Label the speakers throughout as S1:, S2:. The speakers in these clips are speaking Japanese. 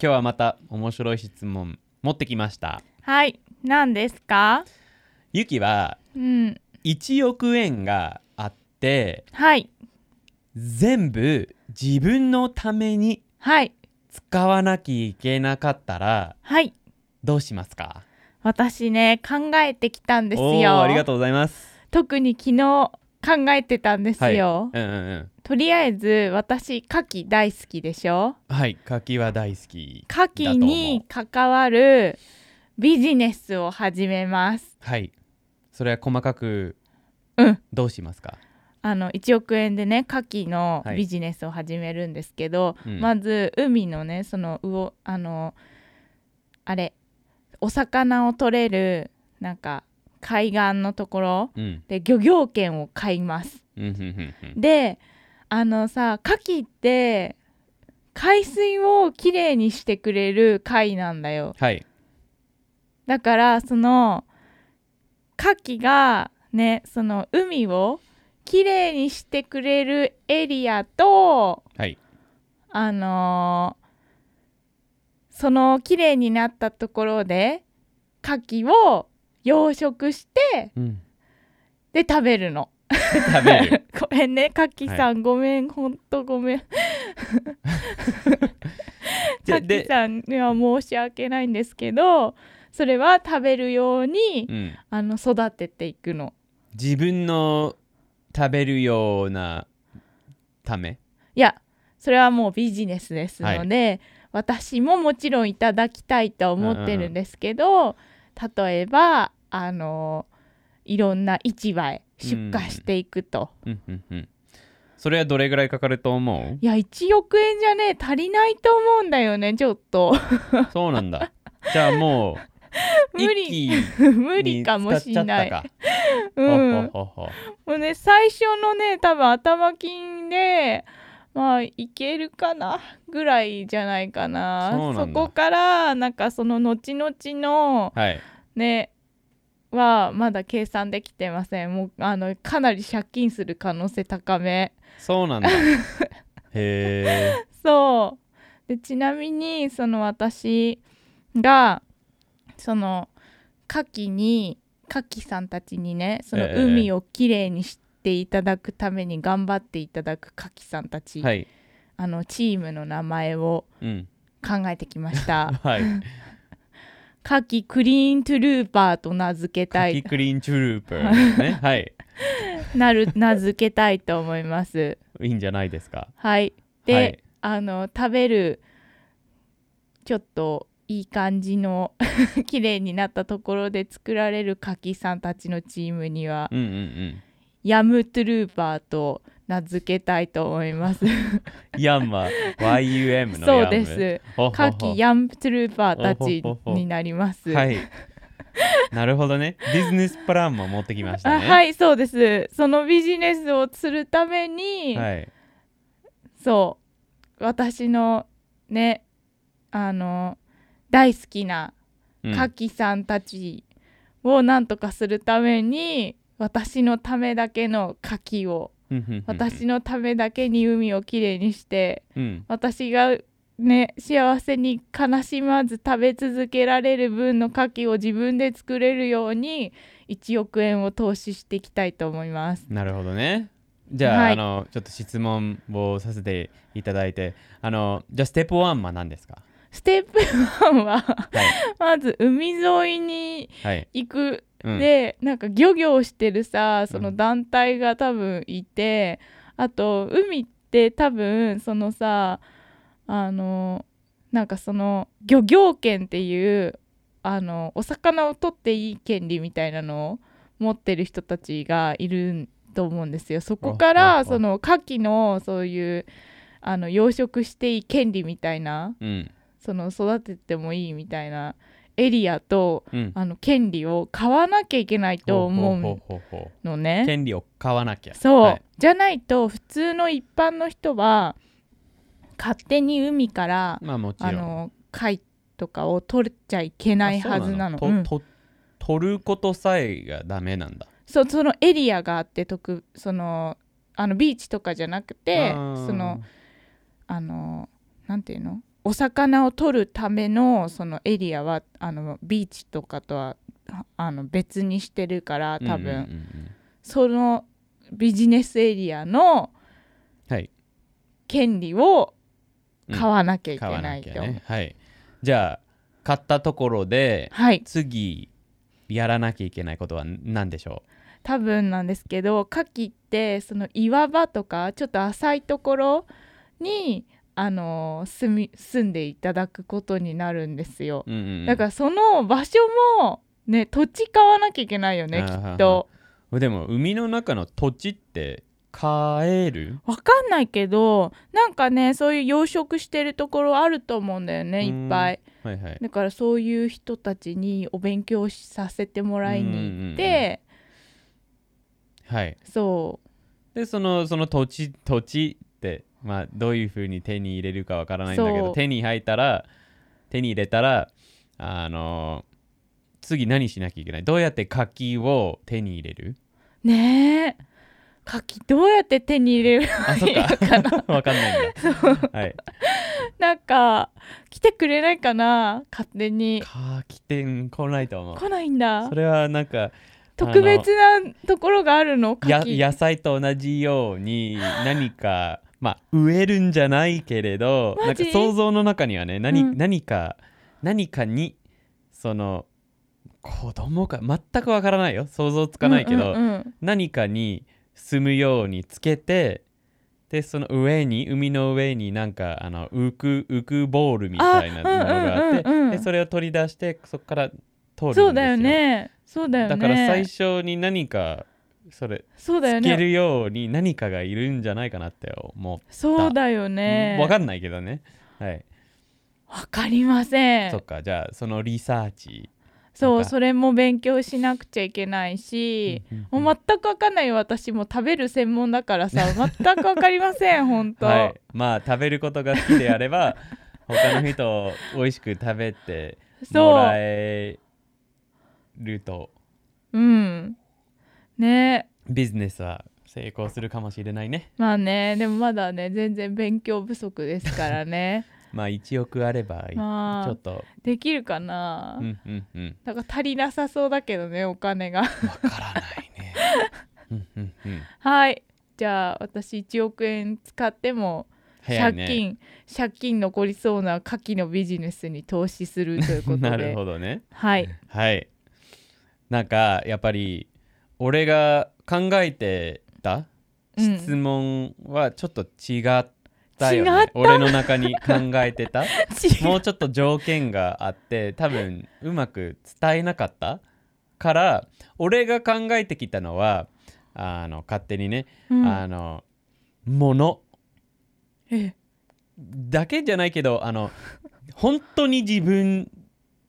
S1: 今日はまた面白い質問持ってきました
S2: はい何ですか
S1: ゆきは
S2: うん
S1: 1億円があって
S2: はい
S1: 全部自分のために
S2: はい
S1: 使わなきゃいけなかったら
S2: はい
S1: どうしますか
S2: 私ね考えてきたんです
S1: おー
S2: よ
S1: ありがとうございます
S2: 特に昨日考えてたんですよ、
S1: うんうんうん
S2: とりあえず私牡蠣大好きでしょ
S1: はい柿は大好き
S2: 牡蠣に関わるビジネスを始めます
S1: はいそれは細かく
S2: うん
S1: どうしますか、
S2: あの1億円でね牡蠣の
S1: はい
S2: ビジネスを始めるんですけど、
S1: うん
S2: まず海のねその魚あのあれお魚を取れるなんか海岸のところ
S1: うん
S2: で漁業権を買います
S1: うんうんうんうん
S2: であのさ牡蠣って海水をきれいにしてくれる貝なんだよ
S1: はい
S2: だからその牡蠣がねその海をきれいにしてくれるエリアと
S1: はい
S2: あのーそのきれいになったところで牡蠣を養殖して
S1: うん
S2: で食べるの
S1: 食べ る
S2: ごめんね牡蠣さん、ごめんほんとごめん
S1: じ
S2: 牡
S1: ゃ
S2: 蠣
S1: で
S2: さんには申し訳ないんですけどそれは食べるように、
S1: うん
S2: あの育てていくの
S1: 自分の食べるようなため
S2: いやそれはもうビジネスですので、私ももちろんいただきたいとは思ってるんですけど、例えばあのいろんな市場へ出荷していくと、
S1: うんうんうんそれはどれぐらいかかると思 う
S2: いや1億円じゃね足りないと思うんだよねちょっと
S1: そうなんだじゃあもう
S2: 無理
S1: 一気
S2: 無理
S1: に
S2: かもしんない
S1: 使っちゃったか
S2: うん
S1: ほほほほ
S2: もうね最初のね多分頭金でまあいけるかなぐらいじゃないかな
S1: そうなんだ
S2: こからなんかその後々の
S1: はい
S2: ねはまだ計算できてませんもうあのかなり借金する可能性高め
S1: そうなん だへえ
S2: そうでちなみにその私がその牡蠣に牡蠣さんたちにねその
S1: ええ
S2: 海をきれいにしていただくために頑張っていただく牡蠣さんたち、
S1: はい
S2: あのチームの名前を
S1: うん
S2: 考えてきました
S1: はい
S2: 牡蠣クリーントゥルーパーと名付けた
S1: カキ
S2: い
S1: クリーンチュループ ですねはい
S2: なる名付けたいと思います
S1: いいんじゃないですか
S2: はいで、
S1: はい
S2: あの食べるちょっといい感じの 綺麗になったところで作られる柿さんたちのチームには
S1: うんうん うん
S2: ヤムトゥルーパーと名付けたいと思います
S1: ヤンは YUM のヤン
S2: そうです
S1: ほほほ
S2: 柿ヤムトゥルーパーたちになりま す
S1: はいなるほどねビジネスプランも持ってきました
S2: あ
S1: ね
S2: はいそうですそのビジネスをするために、
S1: はい
S2: そう私のねあの大好きな
S1: うん
S2: カキさんたちをなんとかするために私のためだけのカキを
S1: うんうんうんうん
S2: 私のためだけに海をきれいにして
S1: うん
S2: 私がね幸せに悲しまず食べ続けられる分のカキを自分で作れるように1億円を投資していきたいと思います。
S1: なるほどねじゃあ,、
S2: はい
S1: あのちょっと質問をさせていただいてあのじゃあステップ1は何ですか
S2: ステップ1
S1: は
S2: は
S1: い
S2: まず海沿いに
S1: はい、
S2: 行く
S1: うん、
S2: でなんか漁業してるさそうの
S1: ん
S2: 団体が多分いて、あと海って多分そのさあのなんかその漁業権っていうあのお魚を取っていい権利みたいなのを持ってる人たちがいると思うんですよ。そこか
S1: ああ
S2: ら
S1: あ
S2: その牡蠣のそういうあの養殖していい権利みたいな
S1: うん
S2: その育ててもいいみたいなエリアと
S1: うん
S2: あの権利を買わなきゃいけないと
S1: ほう
S2: 思
S1: ほうほうほ
S2: うの
S1: う
S2: ね。
S1: 権利を買わなきゃ
S2: そう、
S1: はい
S2: じゃないと普通の一般の人は勝手に海から
S1: まあもちろ
S2: あ
S1: ん
S2: の貝とかを取っちゃいけないはずなの。
S1: あそううんとと取ることさえがダメなんだ
S2: そうそのエリアがあって特そのあのビーチとかじゃなくて
S1: あー
S2: そのあのなんていうのお魚を取るためのそのエリアはあのビーチとかとはあの別にしてるから
S1: う
S2: 多分、
S1: んうんうんうん
S2: そのビジネスエリアの
S1: はい
S2: 権利を
S1: うん
S2: 買わなきゃいけ
S1: 買わ
S2: な
S1: ないき
S2: と、
S1: ゃねはいじゃあ買ったところで
S2: はい
S1: 次やらなきゃいけないことは何でしょ
S2: 多分なんですけど牡蠣ってその岩場とかちょっと浅いところにあの住み住んでいただくことになるんですよ、
S1: う,、うんうんうん、
S2: だからその場所もね土地買わなきゃいけないよね
S1: あ
S2: き
S1: ー
S2: っと
S1: でも海の中の土地って買える
S2: わかんないけどなんかねそういう養殖してるところあると思うんだよね
S1: うん
S2: いっぱい
S1: はいはい
S2: だからそういう人たちにお勉強させてもらいに行って
S1: はい
S2: そ
S1: でそのその土地土地って、まあ、どういうふうに手に入れるかわからないんだけ
S2: そ
S1: ど
S2: う
S1: 手に入ったら手に入れたらあの次何しなきゃいけないどうやって柿を手に入れる
S2: うねえ柿どうやって手に入れる
S1: あ そっかわかんないんだはい
S2: なんか来てくれないかな勝手に
S1: 柿店来ないと思う
S2: 来ないんだ
S1: それはなんか
S2: 特別なところがあるの
S1: や
S2: 柿
S1: 野菜と同じように何かまあ植えるんじゃないけれどなん
S2: マジ
S1: か想像の中にはね何,、
S2: うん
S1: 何か何かにその子供か全くわからないよ想像つかないけど、
S2: うんうんうん
S1: 何かに住むようにつけてでその上に海の上になんかあの浮く浮くボールみたいなのがあって
S2: あうんうんうんうん
S1: でそれを取り出してそこから取るんですよ
S2: そうだよねそうだよね
S1: だから最初に何かそれ
S2: そうだよ
S1: つけ
S2: ね
S1: るように何かがいるんじゃないかなって思
S2: そうだよ
S1: う、
S2: ね
S1: わかんないけどねはい、
S2: わかりませ
S1: そ
S2: ん
S1: っかじゃあそのリサーチ
S2: そう
S1: そ
S2: それも勉強しなくちゃいけないし、
S1: うん
S2: もう全くわかんないよ私も食べる専門だか らさ全くわかりません本当、
S1: はいまあ食べることが好きであれ ば他の人を美味しく食べても
S2: そ
S1: ら
S2: う
S1: えると
S2: うんね
S1: ビジネスは成功するかもしれないね
S2: まあねでもまだね全然勉強不足ですからね
S1: まあ1億あればいち
S2: まあ
S1: ょっと
S2: できるかな、
S1: うんうんうん
S2: なんか足りなさそうだけどねお金が
S1: わからないねうんうんうん
S2: はいじゃあ私1億円使っても
S1: 早い
S2: 借
S1: ね
S2: 金、借金残りそうな下記のビジネスに投資するということで
S1: なるほどね
S2: はい
S1: はい。なんかやっぱり俺が考えてた
S2: うん
S1: 質問はちょっと違ったよね。
S2: 違った
S1: 俺の中に考えてた
S2: 違う
S1: もうちょっと条件があって多分うまく伝えなかったから俺が考えてきたのはあの勝手にね、
S2: うん
S1: あのもの
S2: え
S1: だけじゃないけどあの本当に自分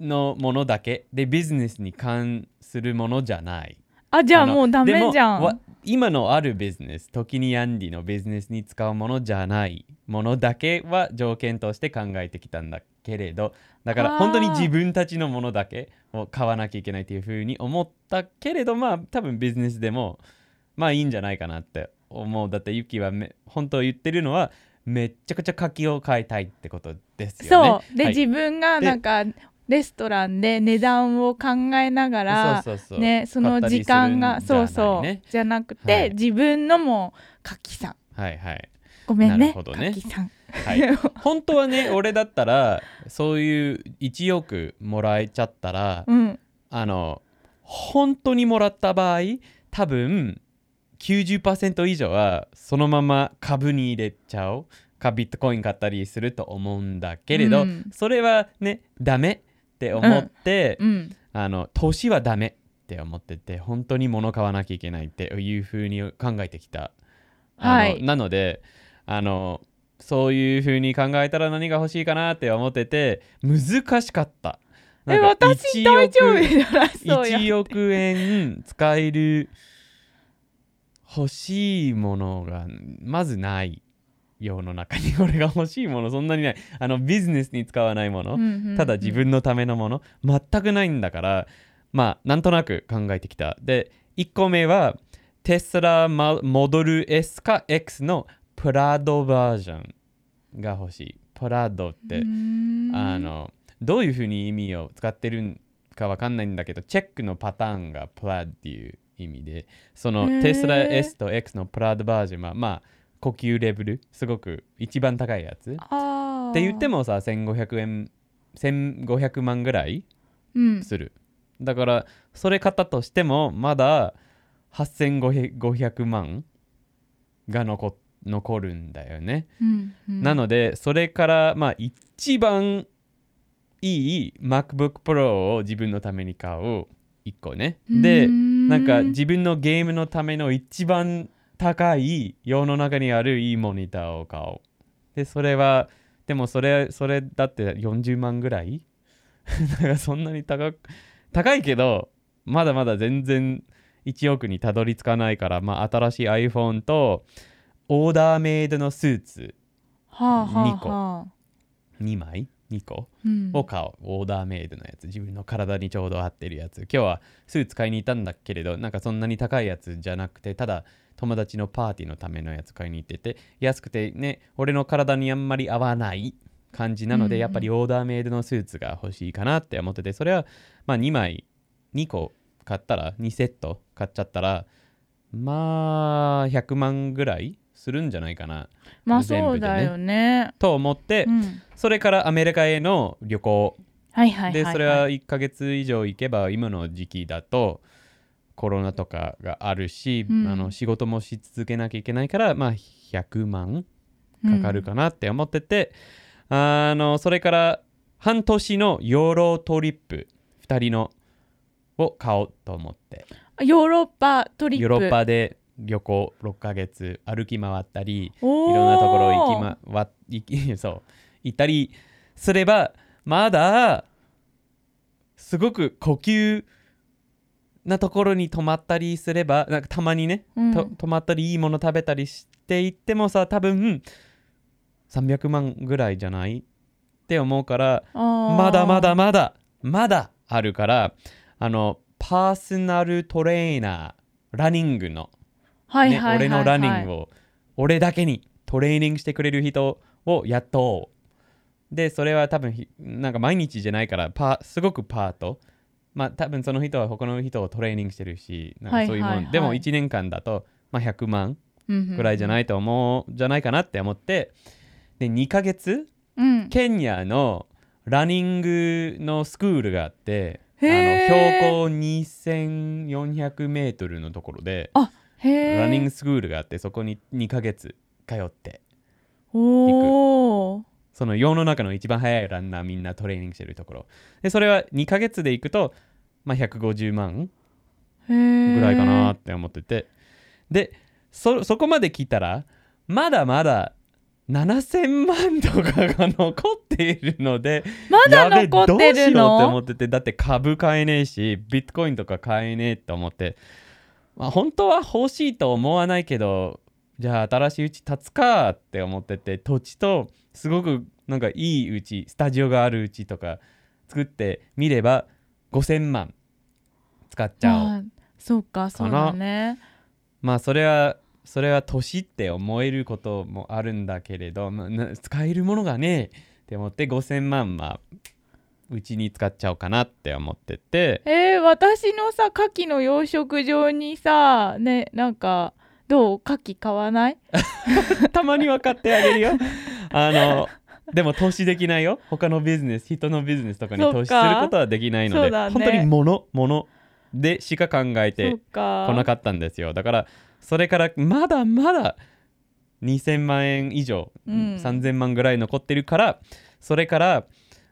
S1: のものだけでビジネスに関するものじゃない
S2: あじゃあ
S1: の
S2: もうダ
S1: で
S2: メ
S1: も
S2: じゃ
S1: わ
S2: ん
S1: 今のあるビジネス時にアンディのビジネスに使うものじゃないものだけは条件として考えてきたんだけれどだか
S2: あ
S1: ら
S2: ー
S1: 本当に自分たちのものだけを買わなきゃいけないというふうに思ったけれどまあ多分ビジネスでもまあいいんじゃないかなって思うだってユキはめ本当言ってるのはめっちゃくちゃ柿を買いたいってことですよね。
S2: そうで、
S1: はい
S2: 自分が
S1: で
S2: なんかレストランで値段を考えながら
S1: そうそうそう
S2: ねその時間が
S1: 買
S2: そう
S1: ったりするんじゃない
S2: そう
S1: ね
S2: じゃなくて、
S1: はい
S2: 自分のもかきさん
S1: はいはい
S2: ごめん
S1: な
S2: ね
S1: るほ
S2: か
S1: どね
S2: きさん
S1: はい、 本当は ね俺だったらそういう1億もらえちゃったら、
S2: うん
S1: あの本当にもらった場合多分90%以上はそのまま株に入れちゃおうかビットコイン買ったりすると思うんだけれど、
S2: うん
S1: それはねダメって思って、
S2: うん
S1: あの投資はダメって思ってて本当に物買わなきゃいけないっていうふうに考えてきた。あの
S2: はい
S1: なのであのそういうふうに考えたら何が欲しいかなって思ってて難しかった。
S2: え
S1: なんか
S2: 私
S1: 1
S2: 大丈夫
S1: 億
S2: じゃないそうや
S1: 1億円使える欲しいものがまずない世の中に 俺が欲しいものそんなにないあのビジネスに使わないもの、ただ自分のためのもの全くないんだからまあなんとなく考えてきたで1個目はテスラモモデル S か X のプラドバージョンが欲しいポラードって
S2: うーん
S1: あのどういうふうに意味を使ってるんかわかんないんだけどチェックのパターンがプラっていう意味でその
S2: へー
S1: テスラ S と X のプラードバージョンはまあ呼吸レベルすごく一番高いやつっ
S2: あー
S1: て言って、もさ1500円1500万ぐらい
S2: うん、
S1: するだからそれ買ったとしてもまだ8500万が残残るんだよね
S2: うんうん
S1: なのでそれからまあ一番いい MacBook Pro を自分のために買う1個ね。でな
S2: な
S1: んか自分のゲームのための一番高い世の中にあるいいモニターを買おう。でそれはでもそれそれだって40万ぐらい だからそんなに高く高いけどまだまだ全然1億にたどり着かないから、まあ、新しい iPhone とオーダーメイドのスーツ
S2: はあはあはあ
S1: 2枚2個
S2: うん
S1: を買おうオーダーメイドのやつ自分の体にちょうど合ってるやつ今日はスーツ買いに行ったんだけれどなんかそんなに高いやつじゃなくてただ友達のパーティーのためのやつ買いに行ってて安くてね俺の体にあんまり合わない感じなので、
S2: うんうん
S1: やっぱりオーダーメイドのスーツが欲しいかなって思っててそれはまあ2枚2個買ったら2セット買っちゃったらまあ100万ぐらいするんじゃないかな
S2: まあ
S1: 全
S2: そ
S1: 部
S2: う
S1: でね
S2: だよね
S1: と思って、
S2: うん
S1: それからアメリカへの旅行
S2: はいはいい
S1: で
S2: い
S1: それは1ヶ月以上行けば今の時期だとコロナとかがあるし、
S2: うん
S1: あの仕事もし続けなきゃいけないから、まあ、100万かかるかなって思ってて、あのそれから半年の養老トリップ2人のを買おうと思って
S2: うんヨーロッパトリップ
S1: ヨーロッパで旅行6ヶ月歩き回ったり
S2: おー
S1: いろんなところ行きまわ行き そう行ったりすればまだすごく呼吸なところに泊まったりすればなんかたまにね、
S2: うん
S1: と泊まったりいいもの食べたりしていってもさ多分300万ぐらいじゃないって思うから
S2: あー
S1: まだまだまだまだあるからあのパーソナルトレーナーランニングの
S2: はい
S1: ね
S2: はいはいは
S1: 俺
S2: い
S1: のランニングを俺だけにトレーニングしてくれる人を雇おうでそれは多分ひなんか毎日じゃないからパーすごくパートまあ多分その人は他の人をトレーニングしてるしなんかそういうもん、
S2: はいはいはい
S1: でも1年間だと、まあ、100万ぐらいじゃ
S2: い
S1: ないと思う、じゃないかなって思ってで2ヶ月
S2: うん
S1: ケニアのランニングのスクールがあってあの
S2: へ
S1: 標
S2: ー
S1: 高2400メートルのところで
S2: へ
S1: ランニングスクールがあってそこに2ヶ月通って
S2: おお
S1: その世の中の一番速いランナーみんなトレーニングしてるところでそれは2ヶ月で行くと、まあ、150万ぐ
S2: ぐ
S1: らいかなって思っててでそそこまで来たらまだまだ7000万とかが残っているので
S2: まだ
S1: やべえ
S2: 残って
S1: どう
S2: る
S1: しようって思
S2: の
S1: っててだって株買えねえしビットコインとか買えねえと思って、まあ、本当は欲しいと思わないけどじゃあ新しいうち建つかって思ってて土地とすごくなんかいいうちスタジオがあるうちとか作ってみれば5000万使っちゃおう、
S2: まあそうかそうだね
S1: まあそれはそれは年って思えることもあるんだけれど、まあな使えるものがねえって思って5,000万まあうちに使っちゃおうかなって思ってて
S2: えー、私のさ牡蠣の養殖場にさねなんかどう牡蠣買わない
S1: たまには買ってあげる よあのでも投資できないよ他のビジネス人のビジネスとかに投資す
S2: そっか
S1: ることはできないの
S2: そ
S1: で、
S2: うだね
S1: 本当に物物でしか考え
S2: そ
S1: て
S2: うか
S1: 来なかったんですよだからそれからまだまだ2000万円以上、
S2: うん
S1: 3000万ぐらい残ってるからそれから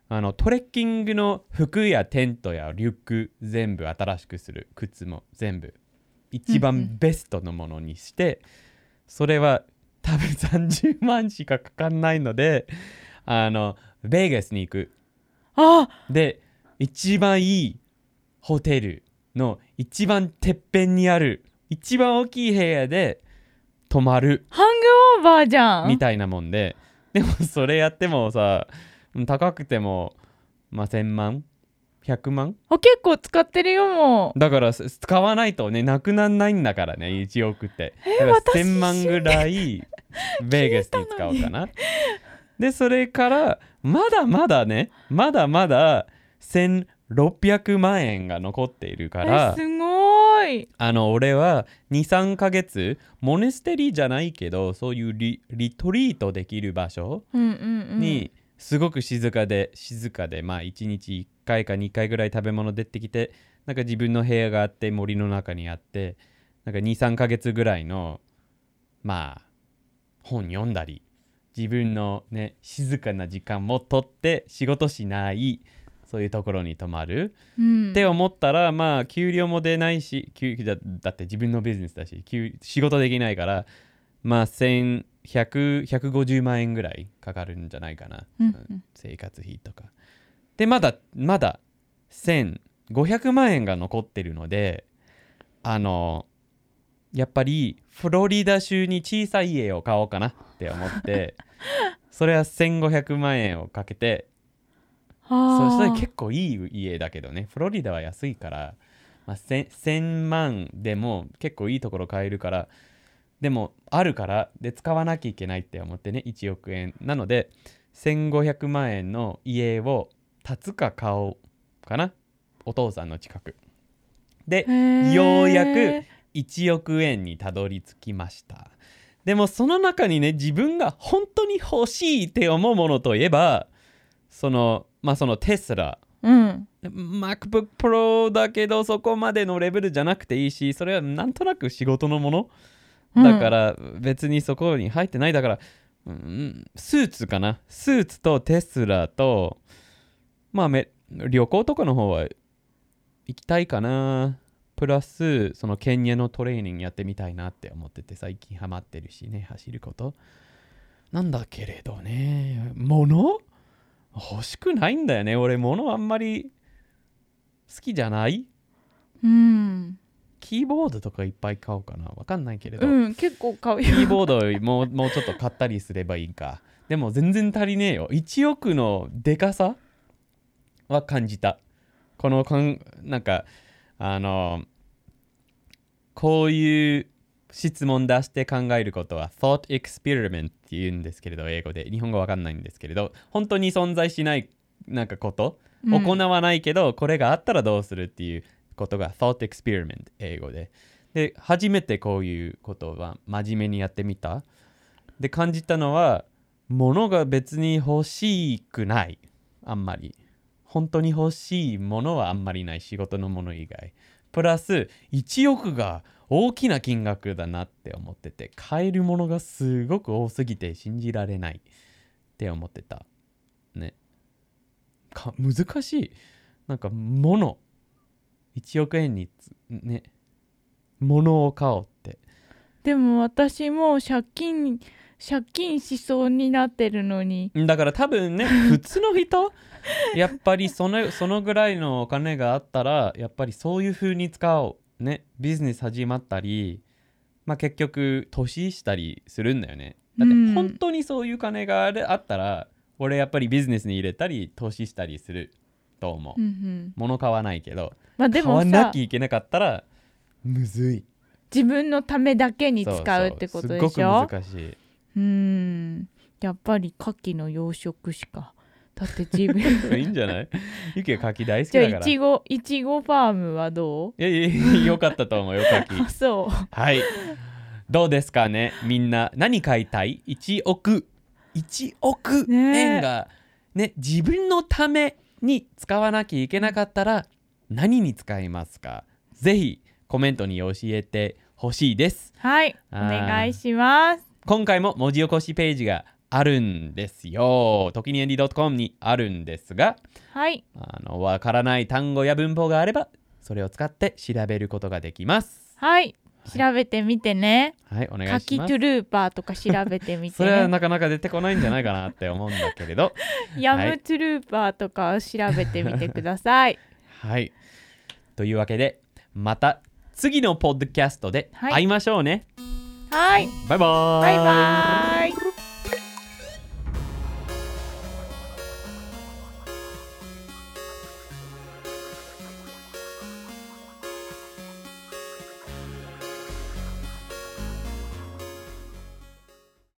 S1: あのトレッキングの服やテントやリュック全部新しくする靴も全部一
S2: うんう
S1: 番
S2: ん
S1: ベストのものにして、それは多分30万しかかかんないのであのベーガスに行く
S2: あ
S1: で一番いいホテルの一番てっぺんにある一番大きい部屋で泊まる
S2: ハングオーバーじゃん
S1: みたいなもんででもそれやってもさ高くても、まあ、1000万100万
S2: あ結構使ってるよもう
S1: だからす使わないとねなくなんないんだからね1億って、
S2: ー
S1: だから
S2: 私
S1: 1000万ぐらいベーガスに使おうかなでそれからまだまだねまだまだ1600万円が残っているか
S2: え
S1: ら
S2: すごい
S1: あの俺は23ヶ月モネステリーじゃないけどそういうリリトリートできる場所
S2: うんうんうん
S1: にすごく静かで静かでまあ1日1回か2回ぐらい食べ物出てきてなんか自分の部屋があって森の中にあってなんか23ヶ月ぐらいのまあ本読んだり自分のね静かな時間もとって仕事しないそういうところに泊まる
S2: うん
S1: って思ったらまあ給料も出ないし給だだって自分のビジネスだし給仕事できないからまあ1150万円ぐらいかかるんじゃないかな、
S2: うんうん
S1: 生活費とかでまだまだ1500万円が残ってるのであのやっぱりフロリダ州に小さい家を買おうかなって思って それは1500万円をかけてそう
S2: あ
S1: そ
S2: ー
S1: れ結構いい家だけどねフロリダは安いから、まあ、1000 1000万でも結構いいところ買えるからでもあるからで使わなきゃいけないって思ってね1億円なので1500万円の家を建つか買おうかなお父さんの近くで
S2: へー
S1: ようやく1億円にたどり着きましたでもその中にね自分が本当に欲しいって思うものといえばそのまあそのテスラ
S2: うん
S1: MacBook Pro だけどそこまでのレベルじゃなくていいしそれはなんとなく仕事のもの
S2: うん
S1: だから別にそこに入ってないだから、うん、スーツかなスーツとテスラとまあめ旅行とかの方は行きたいかなプラスそのケニアのトレーニングやってみたいなって思ってて最近ハマってるしね走ることなんだけれどね物欲しくないんだよね俺物あんまり好きじゃない
S2: うん、
S1: キーボードとかいっぱい買おうかなわかんないけれど、
S2: うん、結構買う
S1: キ
S2: よ
S1: ーボードをもうもうちょっと買ったりすればいいかでも全然足りねえよ1億のでかさは感じたこのかんなんかあのこういう質問出して考えることは thought experiment って言うんですけれど英語で日本語わかんないんですけれど本当に存在しないなんかこと
S2: うん
S1: 行わないけど、これがあったらどうするっていうことが thought experiment 英語でで初めてこういうことは真面目にやってみたで感じたのは物が別に欲しくないあんまり本当に欲しいものはあんまりない仕事のもの以外プラス1億が大きな金額だなって思ってて買えるものがすごく多すぎて信じられないって思ってたねか難しいなんか物1億円につね物を買おうって
S2: でも私もう借金借金しそうになってるのに
S1: だから多分 ね普通の人やっぱりそのそのぐらいのお金があったらやっぱりそういう風に使おうねビジネス始まったりまあ結局投資したりするんだよねだって
S2: うん
S1: 本当にそういう金があるあったら俺やっぱりビジネスに入れたり投資したりすると思う、
S2: うんうん
S1: 物買わないけど
S2: まあでも
S1: 買わな
S2: さ
S1: きゃいけなかったらむずい
S2: 自分のためだけに
S1: そう
S2: 使うってことでし
S1: そ
S2: ょ
S1: うすっごく難しい
S2: うんやっぱり牡蠣の養殖しかだって 自分
S1: いいんじゃ ないゆきは柿大好き
S2: じゃあ
S1: だから。
S2: いちごいちごファームはど
S1: いやいやいやよかったと思うよ、柿
S2: う。あそう
S1: はい。どうですかね、みんな。何買いたい ?1 億。1億
S2: ねえ
S1: 円が、ね、自分のために使わなきゃいけなかったら、何に使いますかぜひコメントに教えてほしいです。
S2: はいお
S1: あー
S2: 願いします
S1: 今回も文字起こしページがあるんですよ。ときにえんり .com にあるんですが、
S2: はい
S1: あのわからない単語や文法があればそれを使って調べることができます。
S2: はい調べてみてね
S1: はい、お願い
S2: 牡
S1: し
S2: 蠣
S1: ま
S2: トゥ
S1: す。
S2: ルーパーとか調べてみて
S1: それは
S2: ね
S1: なかなか出てこないんじゃないかなって思うんだけれ ど、
S2: ヤ
S1: は
S2: ム
S1: い
S2: トゥルーパーとかを調べてみてください
S1: はい。というわけでまた次のポッドキャストで
S2: はい
S1: 会いましょうね。
S2: はい
S1: バイバーイ。
S2: バイバイ